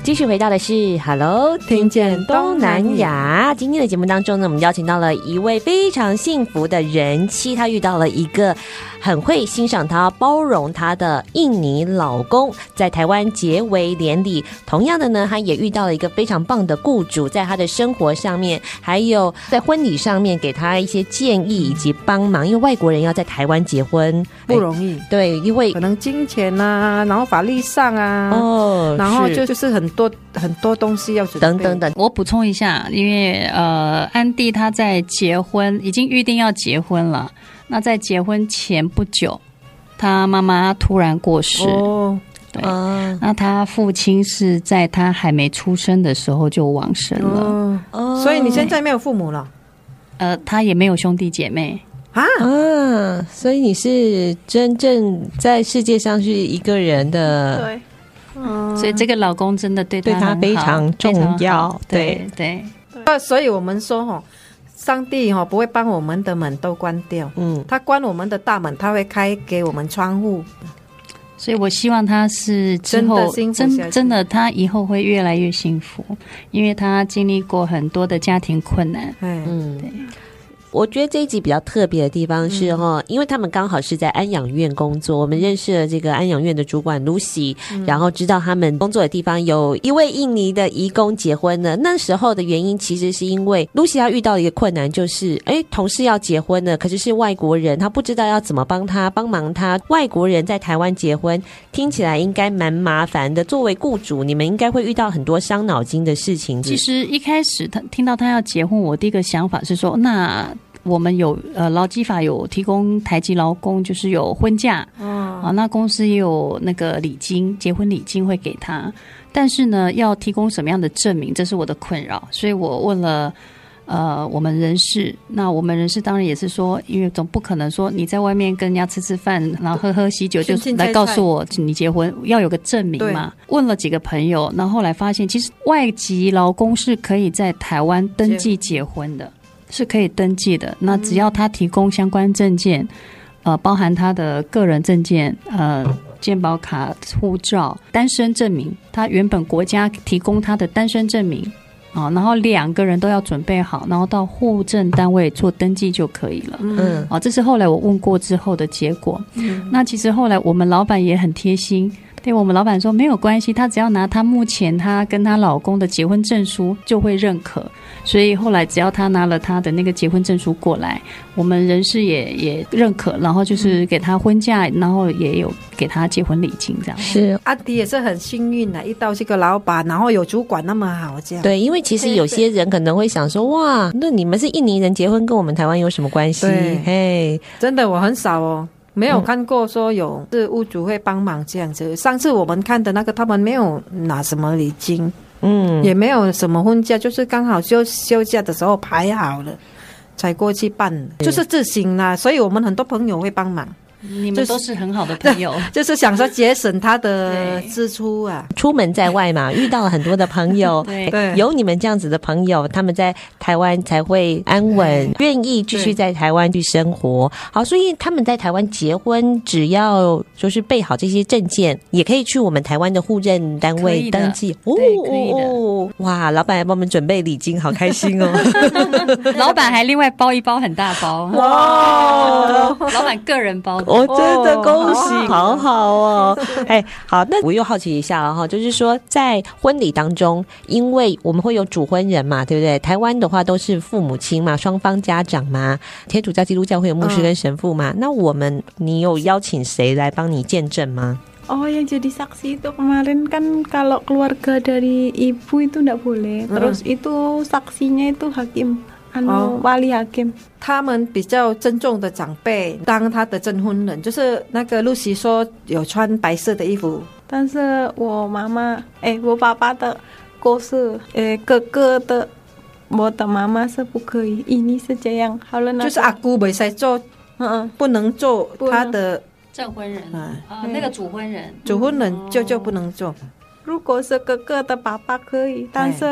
S1: 继续回到的是 Hello，
S2: 听见
S1: 东
S2: 东
S1: 南
S2: 南
S1: 亚。今天的节目当中呢，我们邀请到了一位非常幸福的人妻，她遇到了一个很会欣赏她、包容她的印尼老公，在台湾结为连理。同样的呢，她也遇到了一个非常棒的雇主，在她的生活上面，还有呃在婚礼上面给她一些建议以及帮忙。因为外国人要在台湾结婚
S2: 不容易，
S1: 哎对，因为
S2: 可能金钱啊，然后法律上啊，
S1: 哦
S2: 然后
S1: 是
S2: 就就是很多很多东西要准备
S1: 等等。等，
S4: 我补充一下，因为呃，安迪他在结婚已经预定要结婚了，那在结婚前不久，他妈妈突然过世，
S2: 哦，
S4: 对。
S1: 啊
S4: 那他父亲是在他还没出生的时候就往生了，
S2: 哦
S1: 哦
S2: 所以你现在没有父母了
S4: 呃，他也没有兄弟姐妹，
S1: 哦
S2: 啊？
S1: 啊，所以你是真正在世界上是一个人的，
S3: 对，
S2: 哦
S4: 所以这个老公真的对他
S1: 对他
S4: 很好
S1: 非常重
S4: 非常好
S1: 要
S4: 对对，
S2: 呃所以我们说哈，上帝哈不会帮我们的门都关掉，
S1: 嗯，
S2: 他关我们的大门，他会开给我们窗户。
S4: 所以我希望他是之后
S2: 真的幸福下
S4: 真
S2: 去
S4: 真的他以后会越来越幸福，因为他经历过很多的家庭困难，
S2: 哎，
S1: 嗯。我觉得这一集比较特别的地方是哈，因为他们刚好是在安养院工作，我们认识了这个安养院的主管 Lucy，、然后知道他们工作的地方有一位印尼的移工结婚了。那时候的原因其实是因为 Lucy 她遇到了一个困难，就是哎，同事要结婚了，可是是外国人，她不知道要怎么帮他帮忙他。外国人在台湾结婚，听起来应该蛮麻烦的。作为雇主，你们应该会遇到很多伤脑筋的事情。
S4: 其实一开始他听到他要结婚，我第一个想法是说，那我们有呃劳基法有提供台籍劳工，就是有婚假，
S2: 哦
S4: 啊，那公司也有那个礼金，结婚礼金会给他，但是呢，要提供什么样的证明，这是我的困扰，所以我问了。呃，我们人事，那我们人事当然也是说，因为总不可能说你在外面跟人家吃吃饭，然后喝喝喜酒，就
S2: 亲亲
S4: 来
S2: 菜
S4: 告
S2: 菜
S4: 诉我你结婚要有个证明嘛。问了几个朋友，然后后来发现，其实外籍劳工是可以在台湾登记结婚的，是可以登记的。那只要他提供相关证件，呃，包含他的个人证件，呃。健保卡、护照、单身证明，他原本国家提供他的单身证明，啊、然后两个人都要准备好，然后到户政单位做登记就可以了。
S1: 嗯
S4: 哦，这是后来我问过之后的结果。那其实后来我们老板也很贴心，对我们老板说没有关系，他只要拿他目前他跟她老公的结婚证书就会认可。所以后来只要他拿了他的那个结婚证书过来，我们人事也也认可，然后就是给他婚假，然后也有给他结婚礼金这样。
S1: 是
S2: 阿迪也是很幸运啊的，遇到这个老板，然后有主管那么好，这样。
S1: 对，因为其实有些人可能会想说，哇，那你们是印尼人结婚，跟我们台湾有什么关系
S2: 对？
S1: 嘿，
S2: 真的我很少哦，没有看过说有是屋主会帮忙这样子。上次我们看的那个，他们没有拿什么礼金，
S1: 嗯，
S2: 也没有什么婚假，就是刚好休休假的时候排好了。才过去办的，就是自行啦，所以我们很多朋友会帮忙，
S4: 你
S2: 就
S4: 们
S2: 是
S4: 都是很好的朋友。
S2: 就是想说节省他的
S4: 对
S2: 支出啊。
S1: 出门在外嘛，遇到了很多的朋友，
S4: 对
S2: 对
S1: 有你们这样子的朋友，他们在台湾才会安稳，愿意继续
S2: 对
S1: 在台湾去生活。好，所以他们在台湾结婚，只要就是备好这些证件，也可以去我们台湾的户政单
S4: 可
S1: 位
S4: 以的
S1: 登记。哦
S4: 对可以的
S1: 哦，哇，老板还帮我们准备礼金，好开心 哦。
S4: 老板还另外包一包很大包，
S1: 哇
S4: 老板个人包的。
S1: 我真的
S3: 哦
S1: 恭喜，好
S3: 好
S1: 好 哦。哎，好，那我又好奇一下了哈，就是说在婚礼当中，因为我们会有主婚人嘛，对不对？台湾的话都是父母亲嘛，双方家长嘛，天主教、基督教会有牧师跟神父嘛。那我们，你有邀请谁来帮你见证吗？
S3: Oh yang jadi saksi itu kemarin kan kalau keluarga dari ibu itu ndak boleh. Terus itu saksinya itu hakim, anu
S2: Oh.
S3: wali hakim.
S2: 他们比较尊重的长辈当他的证婚人，就是那个露西说有穿白色的衣服，
S3: 但是我妈妈，哎，我爸爸的故事，哎，哥哥的，我的妈妈是不可以。Ini sejayang. How l
S2: 就是啊阿姑没在做，
S3: 嗯
S2: 不能做
S3: 不能
S2: 他的
S4: 证婚人
S2: 嗯
S4: 啊，那个主婚人，
S2: 主婚人舅舅不能做。
S3: 如果是哥哥的爸爸可以，但是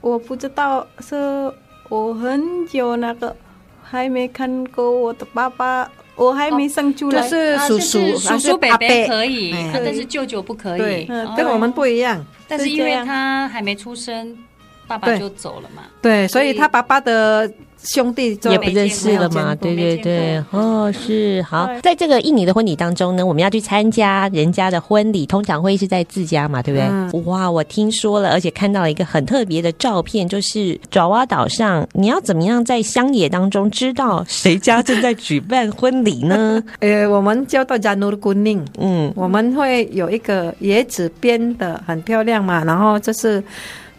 S3: 我不知道是我很久那个还没看过我的爸爸，我还没生出
S2: 就
S3: 来。
S2: 是
S4: 啊
S2: 叔
S4: 就
S2: 叔、
S4: 是
S2: 还
S4: 叔
S2: 是
S4: 叔伯
S2: 阿
S4: 伯
S2: 伯
S4: 可以，
S2: 哎
S4: 啊但是舅舅不可
S2: 对
S4: 以，哦
S3: 嗯
S2: 跟
S3: 对
S2: 我们不一样。
S4: 但是因
S3: 是这
S4: 为
S3: 样
S4: 他还没出生，爸爸
S2: 对
S4: 就走了嘛，
S2: 对，所以
S4: 所以
S2: 他爸爸的兄弟就
S4: 也
S1: 也不认识了嘛，对对对
S4: 没见，过
S1: 哦，是好，
S3: 对
S1: 在这个印尼的婚礼当中呢，我们要去参加人家的婚礼，通常会是在自家嘛，对不对？
S2: 嗯
S1: 哇，我听说了，而且看到了一个很特别的照片，就是爪哇岛上，你要怎么样在乡野当中知道谁家正在举办婚礼呢？
S2: 呃，我们叫大家 Nur Kuning，
S1: 嗯，
S2: 我们会有一个椰子编的很漂亮嘛，然后就是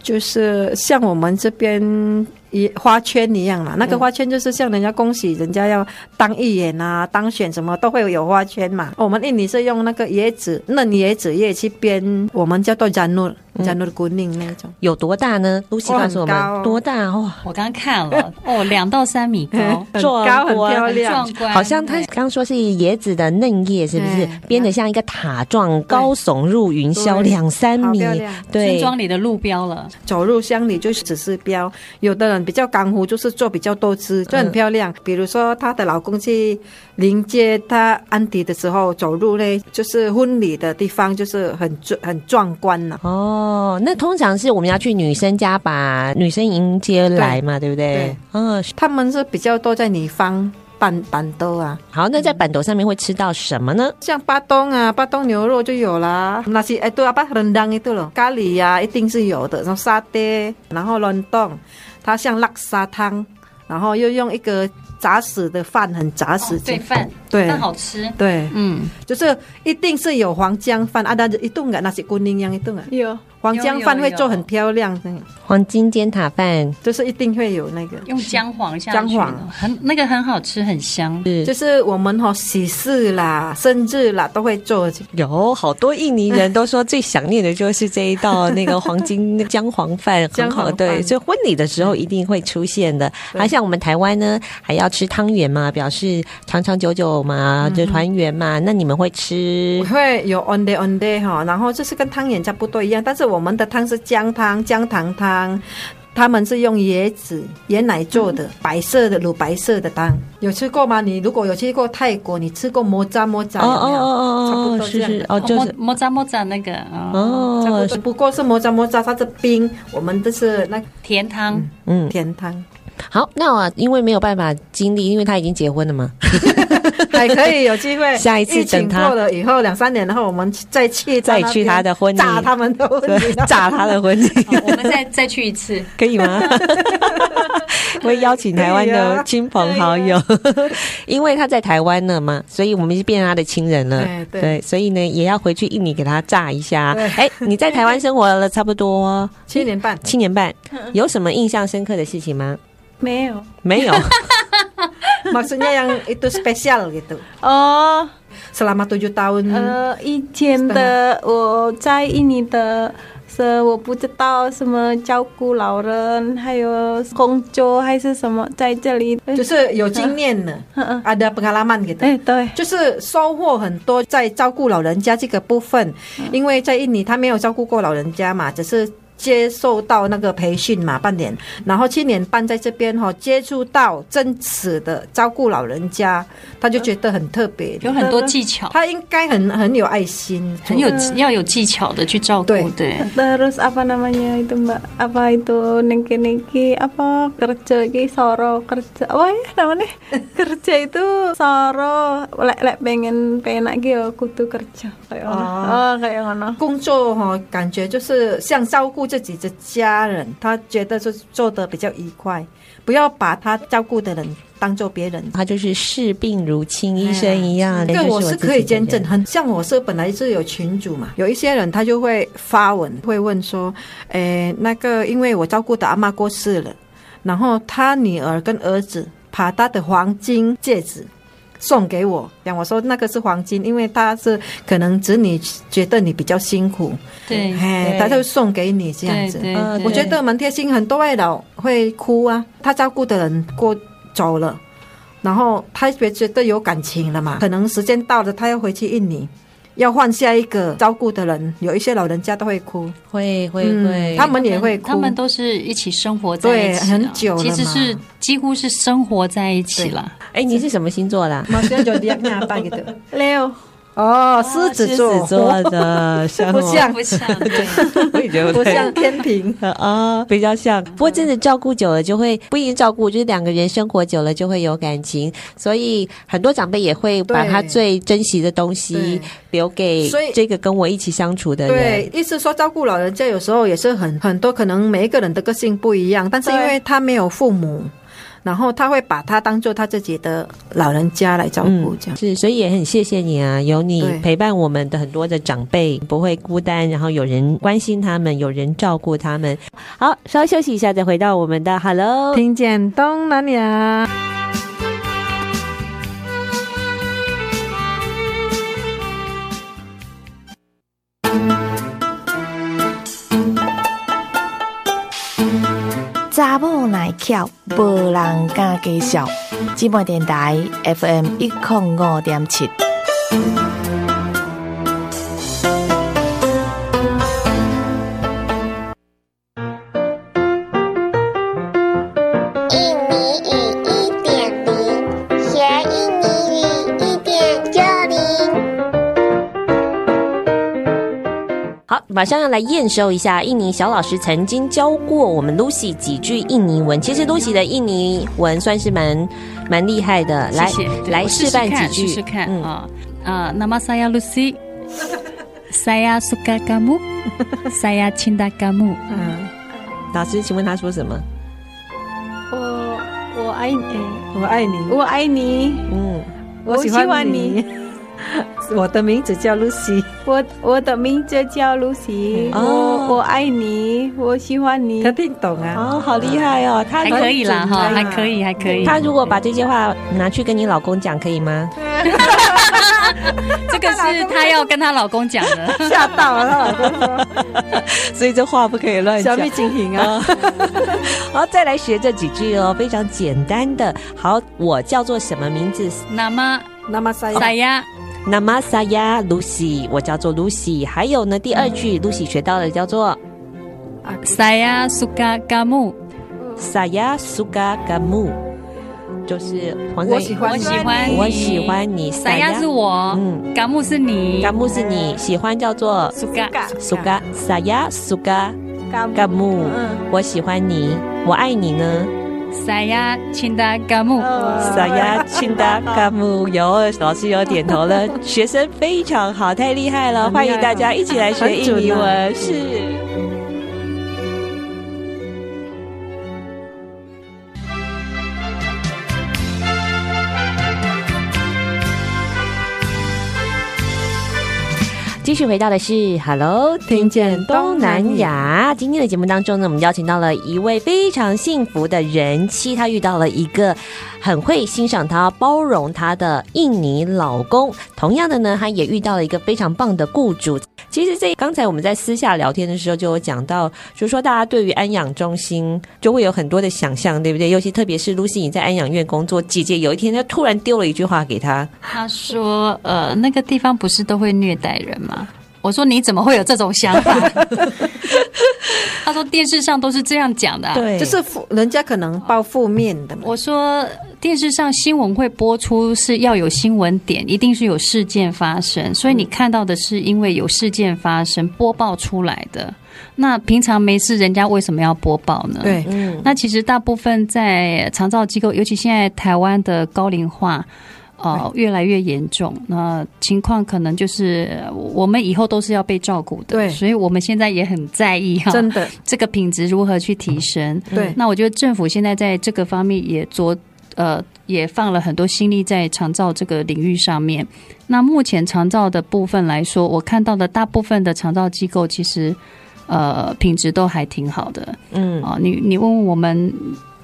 S2: 就是像我们这边一花圈一样嘛，那个花圈就是像人家恭喜人家要当议员啊、当选什么都会有花圈嘛。我们印尼是用那个椰子嫩椰子叶去编，我们叫做 Janur
S4: 嗯
S2: Janur Kuning 那种。
S1: 有多大呢？露西
S2: 哇
S1: 告诉我们、
S2: 很高哦，
S1: 多大哇，
S4: 我刚看了，哦，两到三米高
S2: 很高
S1: 壮
S2: 很
S1: 观
S2: 嗯漂
S4: 很
S2: 亮，
S4: 壮观，
S1: 好像它
S4: 哎
S1: 刚说是椰子的嫩叶，是不是
S2: 哎
S1: 编得像一个塔状，高耸入云霄，
S2: 对
S1: 两三
S2: 好
S1: 米
S2: 漂亮，
S4: 村
S1: 对，
S4: 庄里的路标了，
S2: 走入乡里就是只是标，有的人比较干乎，就是做比较多姿，就很漂亮。比如说她的老公去迎接她安迪的时候，走入嘞就是婚礼的地方，就是很壮很壮观啊呐、
S1: 哦，那通常是我们要去女生家把女生迎接来嘛，对不对
S2: 对？
S1: 嗯，
S2: 他们是比较多在女方办板豆啊，
S1: 好，那在板斗上面会吃到什么呢？
S2: 像巴东啊，巴东牛肉就有啦，那些哎对啊，巴人当一对了，咖喱呀、啊一定是有的，然后沙爹，然后乱冻，它像辣沙汤，然后又用一个杂死的饭，很杂死、
S4: 哦对饭，
S2: 对
S4: 饭好吃，
S2: 对，
S4: 嗯，
S2: 就是一定是有黄姜饭啊，那一顿啊，那些姑娘一顿啊，
S3: 有
S2: 黄姜饭会做很漂亮，嗯
S1: 黄金煎塔饭
S2: 就是一定会有那个。
S4: 用姜黄下去，
S2: 姜黄
S4: 很那个很好吃，很香。
S1: 是
S2: 就是我们哈、喜事啦、生日啦都会做，
S1: 有好多印尼人都说最想念的就是这一道那个黄金姜黄饭，很
S2: 姜黄
S1: 好
S2: 饭
S1: 对，所以婚礼的时候一定会出现的。
S2: 对
S1: 而像我们台湾呢，还要吃汤圆嘛，表示长长久久嘛，就团圆嘛。那你们会吃
S2: 嗯我会有 on day on day 哈、然后就是跟汤圆差不多一样，但是我们的汤是姜汤、姜糖汤，他们是用椰子、椰奶做
S1: 嗯
S2: 的，白色的乳白色的汤，有吃过吗？你如果有去过泰国，你吃过摩扎摩扎
S1: 哦
S2: 有
S1: 哦
S2: 没有？
S1: 哦
S2: 差
S1: 哦
S2: 不
S1: 哦，
S2: 多这
S1: 是
S2: 样
S1: 是哦，就是
S4: 莫扎莫扎那个
S2: 嗯
S4: 哦，
S2: 差不
S1: 哦
S2: 多，不过是摩扎摩扎，它是冰，我们这是那
S4: 甜汤，
S1: 嗯，
S2: 甜汤，
S1: 好，那我因为没有办法经历，因为他已经结婚了嘛，
S2: 还可以有机会。
S1: 下一次
S2: 疫情
S1: 等他
S2: 过了以后两三年，然后我们再去
S1: 再
S2: 到那
S1: 去
S2: 边
S1: 他的婚礼
S2: 炸他们的婚礼，
S1: 炸他的 婚礼
S4: 好我们再再去一次。
S1: 可以 吗？会邀请台湾
S2: 啊
S1: 的亲朋好友， 因为他在台湾了嘛，所以我们就变成他的亲人了。
S2: 对对
S1: 所以呢，也要回去印尼给他炸一下。
S2: 对
S1: 哎，你在台湾生活了差不多
S2: 七年半。
S1: 七年半，
S2: 嗯
S1: 有什么印象深刻的事情吗？
S3: 没有？
S1: 没 有，
S2: Maksudnya yang itu spesial gitu.
S3: 哦，
S2: Selama tujuh tahun.
S4: Eh.
S3: 呃，以前的我在印尼的是我不知道什么照顾老人，还有工作还是什么，在这里。哎
S2: 就是有经验的，
S4: Eh.
S3: 嗯
S2: ada pengalaman gitu，、
S3: 哎，对，
S2: 就是收获很多
S4: Eh.
S2: 在照顾老人家这个部分，因为在印尼他没有照顾过老人家嘛，只是接受到那个培训嘛，半年，然后七年半在这边哈、接触到真实的照顾老人家，他就觉得很特别，
S4: 哦有很多技巧，
S2: 他应该很很有爱心，
S4: 很有要有技巧的去照顾，
S2: 对
S4: 对，
S3: Terus apa namanya itu mbak? Apa itu nengki-nengki apa kerja ki soro kerja? Wah ya namanya kerja itu soro. Lek lek pengen penak ki yo kudu kerja. Kayak ngono. Oh kayak ngono.
S2: 工作哈、感觉就是像照顾自己的家人，他觉得就是做的比较愉快，不要把他照顾的人当做别人。
S1: 他就是视病如亲，医生一样。
S2: 哎这个
S1: 就
S2: 我
S1: 我自
S2: 是
S1: 己
S2: 可以
S1: 的
S2: 见证，
S1: 人
S2: 很像我是本来是有群主嘛，有一些人他就会发文，会问说，诶，那个因为我照顾的阿妈过世了，然后他女儿跟儿子把他的黄金戒指送给我，讲我说那个是黄金，因为他是可能子女觉得你比较辛苦，
S4: 对
S2: 哎，
S1: 对
S2: 他就送给你这样
S4: 对
S2: 子。嗯
S4: 对
S1: 呃，
S4: 对
S2: 我觉得蛮贴心，很多外老会哭啊，他照顾的人过走了，然后他觉觉得有感情了嘛，可能时间到了，他要回去印尼，要换下一个照顾的人。有一些老人家都会哭，
S1: 会会
S2: 嗯
S1: 会，
S2: 他们也会哭，
S4: 他们都是一起生活在一起的，
S2: 对很久了
S4: 其
S2: 嘛
S4: 实是几乎是生活在一起了。
S1: 哎，你是什么星座啦？
S2: 马上就两两半个的
S3: Leo
S2: 哦，狮子座，
S1: 啊狮子座的，像
S2: 不
S1: 我
S2: 像
S4: 不像对，
S1: 我也觉得
S2: 不
S1: 太。
S2: 像天平
S1: 啊，比较像。不过真的照顾久了，就会不一定照顾，就是两个人生活久了就会有感情，所以很多长辈也会把
S2: 对
S1: 他最珍惜的东西
S2: 对
S1: 留给
S2: 所以
S1: 这个跟我一起相处的人。
S2: 对，意思说照顾老人家有时候也是很很多，可能每一个人的个性不一样，但是因
S3: 对
S2: 为他没有父母，然后他会把他当做他自己的老人家来照顾，这样。
S1: 嗯是，所以也很谢谢你啊，有你
S2: 对
S1: 陪伴我们的很多的长辈不会孤单，然后有人关心他们，有人照顾他们。好，稍休息一下，再回到我们的 Hello。
S2: 听见东南亚。
S7: 查某耐巧，无人敢介绍。寂寞电台 FM 一零五点七。
S8: 一米雨一点零，学一米雨一点就零。
S1: 好，马上要来验收一下印尼小老师曾经教过我们 Lucy 几句印尼文。其实 Lucy 的印尼文算是蛮蛮厉害的，来
S4: 谢谢对
S1: 来
S4: 我试
S1: 示
S4: 试
S1: 范
S4: 看
S1: 几句。嗯
S4: 试试看啊啊，Nama saya Lucy。Saya suka kamu, saya cinta kamu。
S1: 哦老师，请问他说什么？
S3: 我我爱你，
S2: 我爱你，
S3: 我爱你，
S1: 嗯，
S3: 我喜欢你。。
S2: 我的名字叫 Lucy，
S3: 我我的名字叫 Lucy，
S2: Ah.
S3: Oh,
S1: 哦
S3: 我我爱你，我喜欢你
S2: 他。听懂啊？
S1: 哦，好厉害哦，他
S4: 嗯还可以啦
S2: 准
S4: 哈，
S2: 啊
S4: 还可以，还可以。
S1: 他如果把这些话拿去跟你老公讲，可以吗？
S4: 这个是她要跟她老公讲的，
S2: 吓到了，她 老公说
S1: 所以这话不可以乱
S2: 小
S1: 讲。
S2: 蜜警醒
S3: ah.
S2: 啊！
S1: 好，再来学这几句哦，非常简单的。好，我叫做什么名字？
S4: Nama
S2: 那么塞
S4: saya
S1: Namasaya Lucy，我叫做 Lucy。还有呢，第二句 Lucy 学到的叫做
S2: Ah,
S4: saya suka kamu，
S1: Saya suka kamu，就是黄
S2: 我喜欢
S4: 我
S2: 你
S4: 喜欢你，
S1: 我喜欢你。
S4: ，saya 是我
S1: 嗯
S4: ，kamu 是你
S1: kamu 是你喜欢叫做
S4: suka
S1: suka saya suka
S3: 感
S1: kamu，
S3: 嗯
S1: 我喜欢你，我爱你呢。
S4: saya cinta kamu。
S3: 嗯
S2: 嗯
S1: saya cinta kamu，有老师有点头 了，学生非常好，太厉害了，
S2: 很厉害
S1: 欢迎大家一起来学印尼
S2: 很准啊
S1: 文，是。继续回到的是 Hello，
S2: 听见东南
S1: 亚。今天的节目当中呢，我们邀请到了一位非常幸福的人妻，她遇到了一个很会欣赏她、包容她的印尼老公。同样的呢，她也遇到了一个非常棒的雇主。其实这刚才我们在私下聊天的时候就有讲到，就是说大家对于安养中心就会有很多的想象，对不对？尤其特别是 Lucy 你在安养院工作，姐姐有一天她突然丢了一句话给她，
S4: 他说：“呃，那个地方不是都会虐待人吗？我说你怎么会有这种想 法？他说电视上都是这样讲的、啊，
S2: 对，就是负人家可能报负面的嘛。
S1: 哦
S4: 我说电视上新闻会播出是要有新闻点，一定是有事件发生，所以你看到的是因为有事件发生
S2: 嗯
S4: 播报出来的。那平常没事，人家为什么要播报呢？
S2: 对，
S1: 嗯
S4: 那其实大部分在长照机构，尤其现在台湾的高龄化。哦，越来越严重。那情况可能就是我们以后都是要被照顾的，
S2: 对，
S4: 所以我们现在也很在意哈、
S2: 哦，真的
S4: 这个品质如何去提升？
S1: 嗯
S2: 对，
S4: 那我觉得政府现在在这个方面也着呃也放了很多心力在长照这个领域上面。那目前长照的部分来说，我看到的大部分的长照机构其实呃品质都还挺好的，
S1: 嗯，
S4: 哦，你你问我们。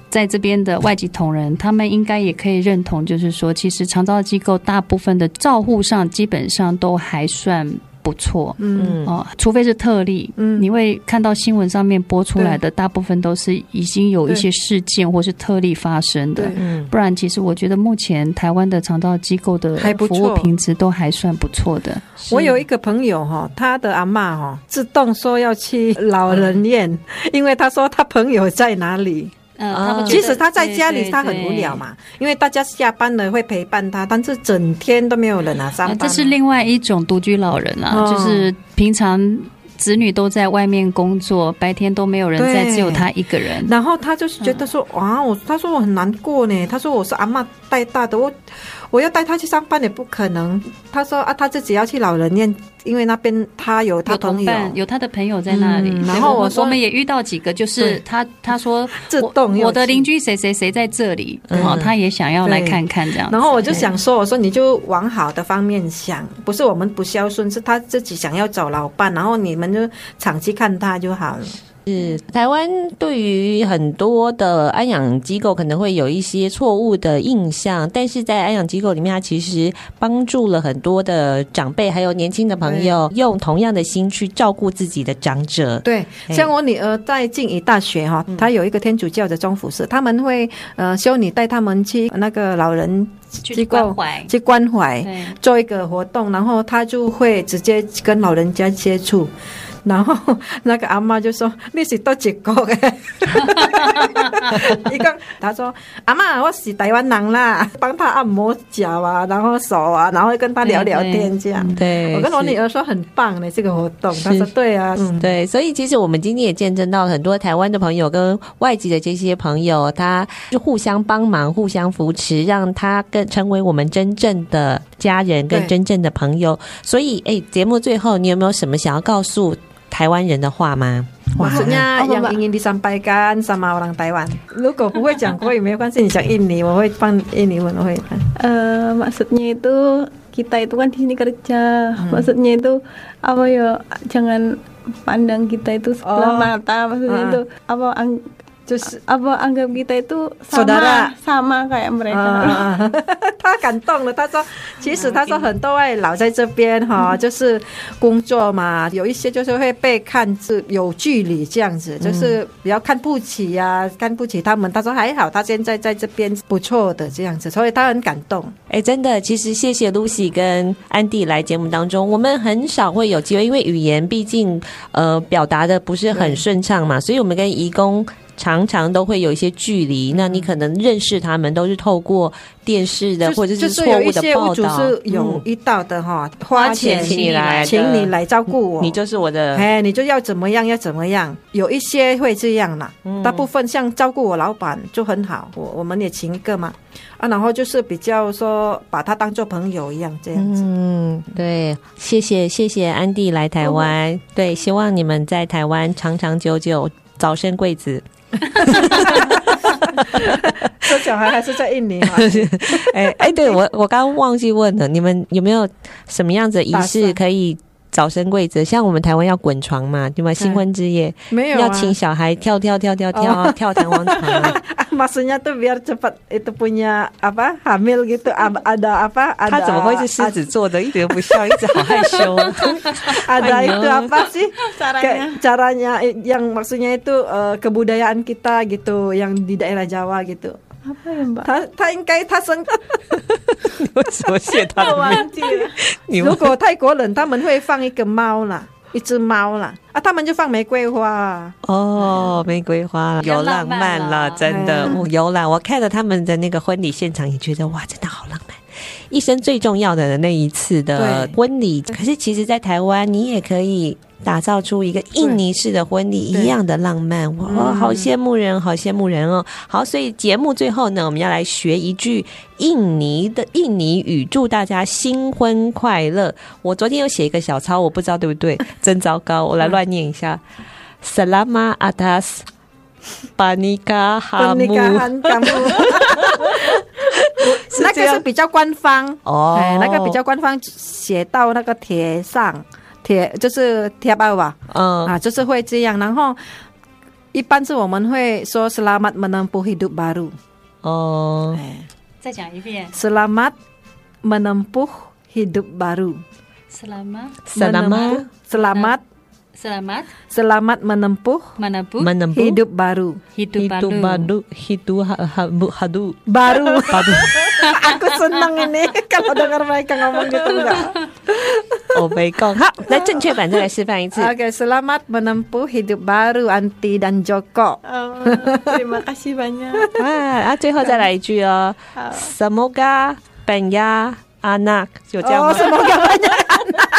S4: 在这边的外籍同仁，他们应该也可以认同，就是说，其实长照机构大部分的照护上基本上都还算不错，
S2: 嗯
S4: 哦，除非是特例，
S2: 嗯，
S4: 你会看到新闻上面播出来的大部分都是已经有一些事件或是特例发生的，
S2: 嗯，
S4: 不然其实我觉得目前台湾的长照机构的
S2: 还不
S4: 服
S2: 错
S4: 务品质都还算不错的。
S2: 我有一个朋友哈、他的阿妈哈、自动说要去老人院，
S1: 嗯
S2: 因为他说他朋友在哪里。
S4: 嗯，他们
S1: 啊
S4: 觉
S2: 即
S4: 得
S2: 使呃他在家
S4: 对
S2: 里，
S4: 对
S2: 他很无聊嘛，因为大家下班了会陪伴他，但是整天都没有人啊上
S4: 啊，
S2: 班啊。
S4: 这是另外一种独居老人啊，
S2: 嗯
S4: 就是平常子女都在外面工作，白天都没有人在，
S2: 对
S4: 只有他一个人。
S2: 然后他就是觉
S4: 嗯
S2: 得说，啊，我他说我很难过呢，他说我是阿嬷带大的，我我要带他去上班也不可能。他说啊，他自己要去老人院，因为那边他有他
S4: 有
S2: 朋
S4: 同
S2: 友，
S4: 伴，有他的朋友在那里。
S2: 嗯
S4: 对
S2: 然后
S4: 我
S2: 我
S4: 们
S2: 说
S4: 我们也遇到几个，就是
S2: 对
S4: 他他 说
S2: 自
S4: 我
S2: 动要
S4: 我的
S2: 去嗯
S4: 邻居谁谁谁在这里，哦，他也想要来看看这样子。
S2: 然后我就想说，我说你就往好的方面想，不是我们不孝顺，是他自己想要找老伴，然后你们就长期看他就好了。
S1: 是台湾对于很多的安养机构可能会有一些错误的印象，但是在安养机构里面，它其实帮助了很多的长辈还有年轻的朋友，用同样的心去照顾自己的长者。
S2: 对，
S1: 嘿
S2: 像我女儿在静宜大学哈，她有一个天主教的中服社，他们会呃修女带他们去那个老人
S4: 去
S2: 机
S4: 关
S2: 构
S4: 怀，
S2: 去关怀，
S4: 对，
S2: 做一个活动，然后她就会直接跟老人家接触。然后那个阿妈就说：“你是多几个的？”一个她说：“阿妈，我是台湾人啦，帮她按摩脚啊，然后手啊，然后跟她聊聊天这样。
S1: 对，
S2: 我跟我
S1: 是
S2: 女儿说：“很棒的这个活动。”她
S1: 是
S2: 说：“对啊，嗯。”
S1: 对，所以其实我们今天也见证到很多台湾的朋友跟外籍的这些朋友，他就互相帮忙、互相扶持，让他更成为我们真正的家人跟
S2: 对
S1: 真正的朋友。所以，哎，节目最后你有没有什么想要告诉台湾人的话吗？
S2: Maksudnya yang ingin disampaikan sama orang Taiwan. Lu kok gue jangkoi, ya kan sih yang ini, gue pan ini, gue pan.
S3: Eh, maksudnya itu kita itu kan di sini kerja.
S2: Hmm.
S3: Maksudnya itu apa ya? Jangan pandang kita itu sebelah
S2: Oh.
S3: mata. Maksudnya
S2: Ah.
S3: itu apa? ang-
S2: Terus,
S3: apa anggap kita itu sama
S2: Saudara. Ah.
S3: sama kayak mereka.
S2: 啊， 他感动了。他说，其实他说很多外老在这边哈，就是工作嘛，有一些就是会被看是有距离这样子，就是比较看不起呀、看不起他们。他说还好，他现在在这边不错的这样子，所以他很感动。
S1: 哎，真的，其实谢谢 Lucy 跟安迪来节目当中，我们很少会有机会，因为语言毕竟呃表达的不是很顺畅嘛，所以我们跟移工常常都会有一些距离。
S2: 嗯
S1: 那你可能认识他们都是透过电视的
S2: 就
S1: 或者
S2: 就是
S1: 错
S2: 有一
S1: 误的
S2: 些
S1: 报
S2: 屋主
S1: 道，
S2: 是有
S1: 嗯
S2: 遇到的哈，花钱
S1: 请你来的
S2: 请你来照顾我，
S1: 你就是我的
S2: 哎，你就要怎么样，要怎么样。有一些会这样啦，大部分像照顾我老板就很好，我我们也请一个嘛，啊，然后就是比较说把他当做朋友一样这样子。
S1: 嗯，对，谢谢谢谢安迪来台湾，
S2: 哦
S1: 对，希望你们在台湾长长久久，早生贵子。
S2: 这小孩还是在印尼嘛，
S1: 哎哎，对我我刚忘记问了，你们有没有什么样子的仪
S2: 打
S1: 式
S2: 算
S1: 可以早生贵子？像我们台湾要滚床嘛，对吧？新婚之夜、
S2: 没有
S1: 要
S2: 啊
S1: 请小孩跳跳跳跳跳、
S2: 哦
S1: 跳弹簧床 啊。
S2: Maksudnya tuh biar cepat itu punya apa hamil gitu ab- ada apa ada
S1: 他怎么会是狮
S2: 啊
S1: 子座的？一点都不笑，一直好害羞 啊！
S2: ada
S1: Ayo.
S2: itu apa sih caranya caranya eh, yang maksudnya itu eh, kebudayaan kita gitu yang di daerah Jawa gitu
S3: 他不用 吧？
S2: 他他应该他生，
S1: 为什 么谢他的命？
S3: 记了，
S1: 你
S2: 如果泰国人他们会放一个 猫啦，一只猫啦，啊，他们就放玫瑰花、啊。
S1: 哦，玫瑰花有浪漫了，真的、哦有啦。我看了他们的那个婚礼现场，也觉得哇，真的好浪漫。一生最重要的那一次的
S2: 对
S1: 婚礼，可是其实，在台湾你也可以打造出一个印尼式的婚礼
S2: 对
S1: 一样的浪漫，哇、好羡慕人，好羡慕人哦。好，所以节目最后呢，我们要来学一句印尼的印尼语，祝大家新婚快乐。我昨天有写一个小抄，我不知道对不对，真糟糕，我来乱念一 下：Selamat atas 啊 pernikahanmu。
S2: 干部，那
S1: 这
S2: 个
S1: 样
S2: 是比较官方
S1: 哦
S2: 哎，那个比较官方写到那个贴上，贴就是贴吧吧，
S1: 嗯
S2: 啊，就是会这样。然后一般是我们会说 “selamat menempuh hidup baru”，
S1: 哦，
S2: 哎
S4: 再讲一遍
S2: ，“selamat menempuh hidup baru”。
S4: ，selamat
S1: Selamat
S2: menempuh- selamat
S4: selamat
S2: selamat menempuh
S4: menempuh
S1: menempuh
S2: hidup baru
S4: hidup
S1: hidup
S4: baru。
S1: baru hidup hadu hadu
S2: baru
S1: padu
S2: aku senang ini kalau dengar mereka ngomong gitu enggak
S1: 我没空。好，那 Oh, 正确版再来示范一次。
S2: Oke, selamat menempuh hidup baru Anti dan Joko.
S3: 嗯，terima kasih banyak。
S1: 啊，啊，最后再来一句哦。Semoga banyak anak 有这样吗？
S2: Oh, semoga banyak anak.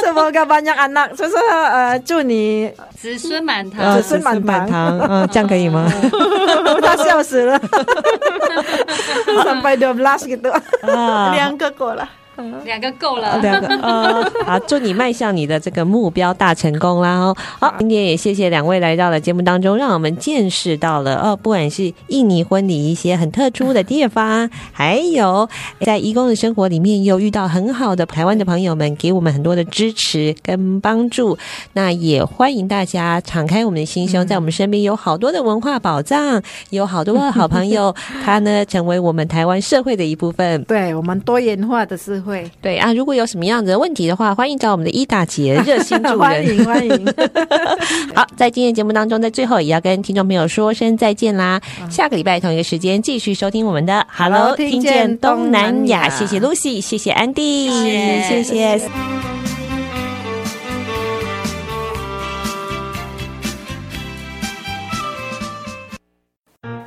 S2: semoga banyak anak. Terus eh, Juni,
S4: 子孙满堂，
S1: 呃
S2: 子孙满堂
S1: 子堂，嗯，这样可以 吗？
S2: udah siap sudah. Sampai 12 gitu.
S1: 啊，
S3: 两个够了，
S4: 两个够了。
S1: 两个呃，好，祝你迈向你的这个目标大成功啦！哦，好，今天也谢谢两位来到了节目当中，让我们见识到了哦，不管是印尼婚礼一些很特殊的地方，还有在义工的生活里面，也有遇到很好的台湾的朋友们，给我们很多的支持跟帮助。那也欢迎大家敞开我们的心胸，在我们身边有好多的文化宝藏，有好多的好朋友， 他呢成为我们台湾社会的一部分。
S2: 对我们多元化的社会，
S1: 对啊，如果有什么样的问题的话，欢迎找我们的伊达姐
S2: Ya,
S1: 热心助人。
S2: 欢迎欢迎，
S1: 好，在今天节目当中，在最后也要跟听众朋友说声再见啦。下个礼拜同一个时间继续收听我们的 Hello，
S2: 听
S1: 听
S2: 见
S1: 见东
S2: 东南
S1: 南亚。
S2: 亚
S1: 谢谢 Lucy，谢谢 Andy，
S4: 谢谢
S1: 谢谢